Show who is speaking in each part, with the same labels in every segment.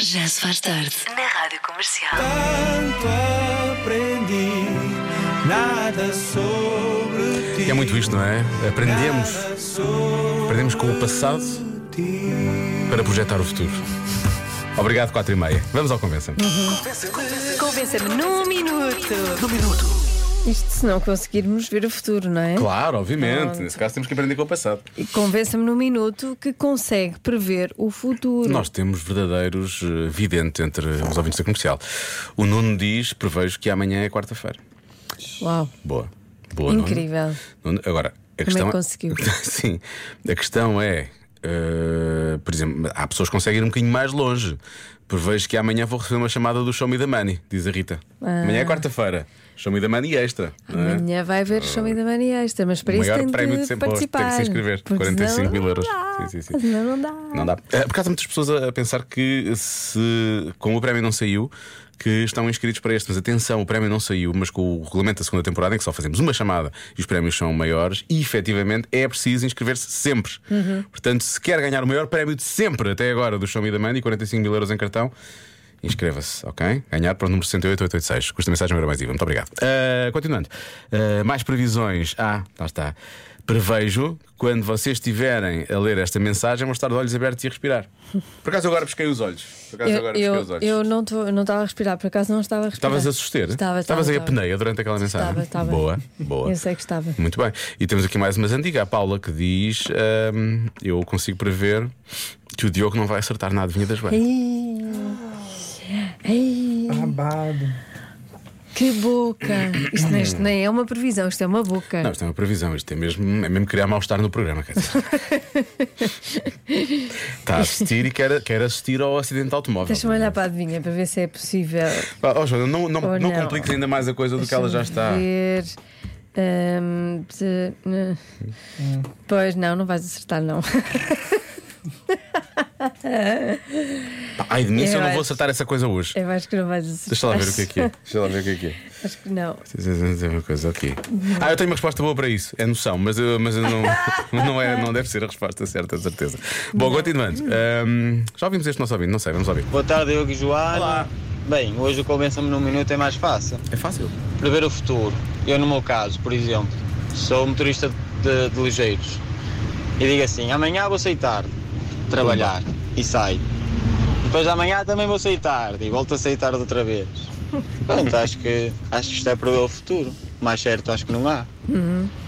Speaker 1: Já se faz tarde. Na Rádio Comercial.
Speaker 2: Tanto aprendi, nada sobre ti.
Speaker 3: É muito isto, não é? Aprendemos,
Speaker 2: Nada sobre
Speaker 3: aprendemos com o passado
Speaker 2: ti.
Speaker 3: para projetar o futuro. Obrigado, 4 e meia. Vamos ao convença-me.
Speaker 4: Convença-me num minuto.
Speaker 5: Isto se não conseguirmos ver o futuro, não é?
Speaker 3: Claro, obviamente. Nesse caso temos que aprender com o passado.
Speaker 5: E Convença-me num minuto que consegue prever o futuro.
Speaker 3: Nós temos verdadeiros eh, videntes entre os ouvintes da comercial. O Nuno diz: prevejo que amanhã é quarta-feira.
Speaker 5: Uau,
Speaker 3: Boa. Boa, Nuno.
Speaker 5: Incrível.
Speaker 3: Nuno, Agora, a questão. é-
Speaker 5: conseguiu?
Speaker 3: Sim. A questão é. eh, por exemplo, há pessoas que conseguem ir um bocadinho mais longe. Prevejo que amanhã vou receber uma chamada do Show Me the Money, diz a Rita. Amanhã é quarta-feira. Show Me the Money extra. não é?
Speaker 5: amanhã vai haver show da Maria Extra, mas para
Speaker 3: o
Speaker 5: isso
Speaker 3: maior
Speaker 5: tem
Speaker 3: prémio
Speaker 5: de,
Speaker 3: de sempre
Speaker 5: participar.
Speaker 3: tem que se inscrever.
Speaker 5: Porque
Speaker 3: 45
Speaker 5: senão
Speaker 3: mil
Speaker 5: não
Speaker 3: euros.
Speaker 5: dá.
Speaker 3: Sim, sim, sim.
Speaker 5: Senão não dá.
Speaker 3: Não dá. Eh, Por acaso há muitas pessoas a a pensar que se com o prémio não saiu, que estão inscritos para este. Mas atenção, o prémio não saiu, mas com o regulamento da segunda temporada, em que só fazemos uma chamada e os prémios são maiores, e efetivamente é preciso inscrever-se sempre. Portanto, se quer ganhar o maior prémio de sempre até agora do Show Me the Money, 45 mil euros em cartão. Inscreva-se, ok? Ganhar para o número 68886. Custa mensagem euro mais IVA. Muito obrigado. Ah, continuando. Ah, mais previsões. Ah, lá está. Prevejo que quando vocês estiverem a ler esta mensagem, vão estar de olhos abertos e a respirar. Por acaso eu agora pesquei os olhos. Por acaso eu, agora
Speaker 5: Eu,
Speaker 3: pesquei os
Speaker 5: eu,
Speaker 3: olhos.
Speaker 5: eu não tô- eu não estava a respirar, por acaso não estava a respirar.
Speaker 3: Estavas a suster?
Speaker 5: Estava, estava.
Speaker 3: Estavas aí a
Speaker 5: estava.
Speaker 3: peneia durante aquela mensagem?
Speaker 5: Estava, estava.
Speaker 3: Boa, boa.
Speaker 5: Eu sei que estava.
Speaker 3: Muito bem. E temos aqui mais uma antiga, a Paula, que diz: ahm, Eu consigo prever que o Diogo não vai acertar na adivinha das Joana.
Speaker 5: Ai. Ai. Que boca! Isto nem, isto nem é uma previsão, isto é uma boca.
Speaker 3: Hum. Não, isto é uma previsão, isto é mesmo, é mesmo criar mal-estar no programa. Quer dizer. Está a assistir e quer, quer assistir ao acidente de automóvel.
Speaker 5: Deixa-me olhar para a adivinha para ver se é possível.
Speaker 3: Ah, oh, Joana, não, não,
Speaker 5: Ou
Speaker 3: não
Speaker 5: não.
Speaker 3: compliques ainda mais a coisa do que ela já está.
Speaker 5: Deixa-me Ver. Ahm, de- né. Pois não, não vais acertar, não.
Speaker 3: Pá, Ai, de mim, se eu
Speaker 5: Eu
Speaker 3: não vou
Speaker 5: acho-
Speaker 3: acertar essa coisa hoje.
Speaker 5: Eu acho que não vais acertar.
Speaker 3: Deixa lá ver o que é que é. Deixa lá ver o que é que é.
Speaker 5: Acho que não.
Speaker 3: Dizer uma coisa aqui. Ah, eu tenho uma resposta boa para isso. É noção, mas, eu- mas eu não, não, é, não deve ser a resposta certa, de certeza. Bom, continuando. Ahm, já ouvimos este nosso ouvinte? Não sei, vamos ouvir.
Speaker 6: Boa tarde, Diogo e Joana. Bem, hoje o Convença-me num Minuto é mais fácil.
Speaker 3: É fácil.
Speaker 6: Prever o futuro. Eu, no meu caso, por exemplo, sou motorista de, de ligeiros e digo assim: amanhã vou sair tarde, trabalhar e saio. Depois de amanhã também vou sair tarde e volto a sair tarde outra vez. Pronto, acho que, acho que isto é prever o futuro. Mais certo, acho que não há.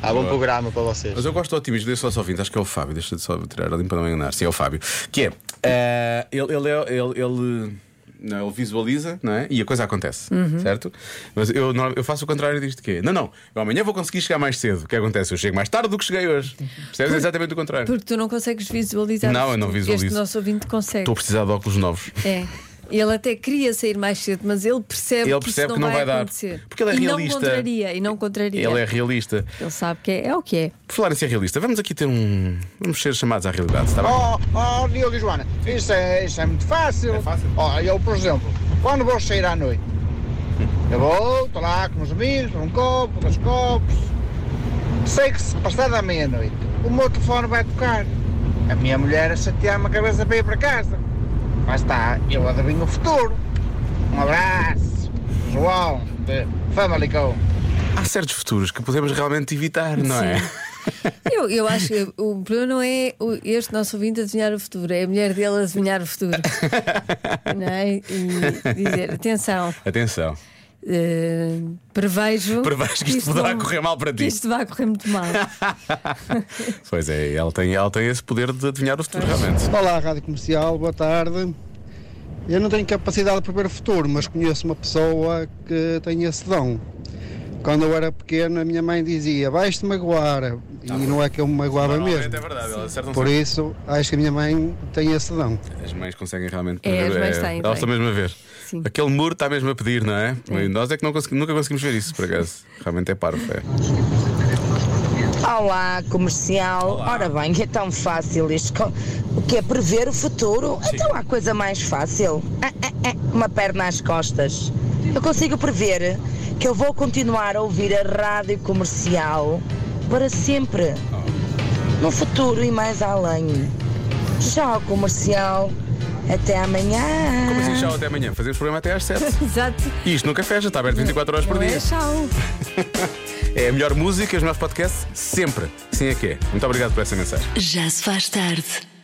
Speaker 6: Há bom programa para vocês.
Speaker 3: Mas eu gosto do otimismo desse nosso ouvinte, acho que é o Fábio, deixa eu só tirar ali para não enganar. Sim, é o Fábio. Que é, eh, ele, ele, é- ele, ele- não, ele visualiza não é? e a coisa acontece, certo? Mas eu, não- eu faço o contrário disto que é. Não, não, eu amanhã vou conseguir chegar mais cedo. O que acontece? Eu chego mais tarde do que cheguei hoje. Percebes É exatamente o contrário?
Speaker 5: Porque tu não consegues visualizar.
Speaker 3: Não, eu não
Speaker 5: isto.
Speaker 3: visualizo.
Speaker 5: Este nosso ouvinte consegue.
Speaker 3: Estou a precisar de óculos novos.
Speaker 5: É. Ele até queria sair mais cedo, mas ele percebe,
Speaker 3: Ele
Speaker 5: que, isso
Speaker 3: percebe
Speaker 5: não
Speaker 3: que não vai dar.
Speaker 5: acontecer.
Speaker 3: Porque ele é
Speaker 5: e
Speaker 3: realista.
Speaker 5: Não contraria, e não contraria.
Speaker 3: Ele é realista.
Speaker 5: Ele sabe que é, é o que é.
Speaker 3: Por falar em ser realista, vamos aqui ter um. Vamos ser chamados à realidade, está bem?
Speaker 7: Oh, oh, Diogo e Joana, isso é, isso é muito fácil.
Speaker 3: É fácil.
Speaker 7: Oh, eu, por exemplo, quando vou sair à noite, eu vou, estou lá com os amigos, um copo, dois copos. Sei que se passar da meia-noite, o meu telefone vai tocar. A minha mulher a chatear-me a cabeça para ir para casa. Lá está, eu adivinho o futuro. Um abraço, João, de Famalicão.
Speaker 3: Há certos futuros que podemos realmente evitar, não é?
Speaker 5: Eu, eu acho que o problema não é o- este nosso ouvinte adivinhar o futuro, é a mulher dele adivinhar o futuro. não é? E dizer: atenção,
Speaker 3: Atenção.
Speaker 5: eh, prevejo.
Speaker 3: Prevejo que isto poderá
Speaker 5: não-
Speaker 3: correr mal para
Speaker 5: que
Speaker 3: ti.
Speaker 5: isto vai correr muito mal.
Speaker 3: Pois é, ela tem, ela tem esse poder de adivinhar o futuro, realmente.
Speaker 8: Olá, Rádio Comercial, boa tarde. Eu não tenho capacidade de prever o futuro, mas conheço uma pessoa que tem esse dom. Quando eu era pequeno, a minha mãe dizia: Vais-te magoar. E não é que eu me magoava mesmo.
Speaker 3: Tá é verdade, elas acertam
Speaker 8: Por isso, acho que a minha mãe tem esse dom.
Speaker 3: As mães conseguem realmente
Speaker 5: É,
Speaker 3: prever,
Speaker 5: as mães têm,
Speaker 3: elas estão
Speaker 5: têm.
Speaker 3: mesmo a ver.
Speaker 5: Sim.
Speaker 3: Aquele muro está mesmo a pedir, não é? E Nós é que não consegui- nunca conseguimos ver isso, por acaso. Realmente é parvo. É.
Speaker 9: Olá, comercial. Ora bem, é tão fácil isto. co- O que é prever o futuro? Então há coisa mais fácil. Ah, ah, ah, uma perna às costas. Eu consigo prever que eu vou continuar a ouvir a rádio comercial para sempre. No futuro e mais além. Já o comercial Até amanhã.
Speaker 3: Como assim, tchau, até amanhã. Fazemos programa até às 7.
Speaker 5: Exato.
Speaker 3: E isto nunca fecha, está aberto 24 horas por
Speaker 5: Não é
Speaker 3: dia.
Speaker 5: tchau.
Speaker 3: É a melhor música, os melhores podcasts, sempre. Sim é que é. Muito obrigado por essa mensagem.
Speaker 1: Já se faz tarde.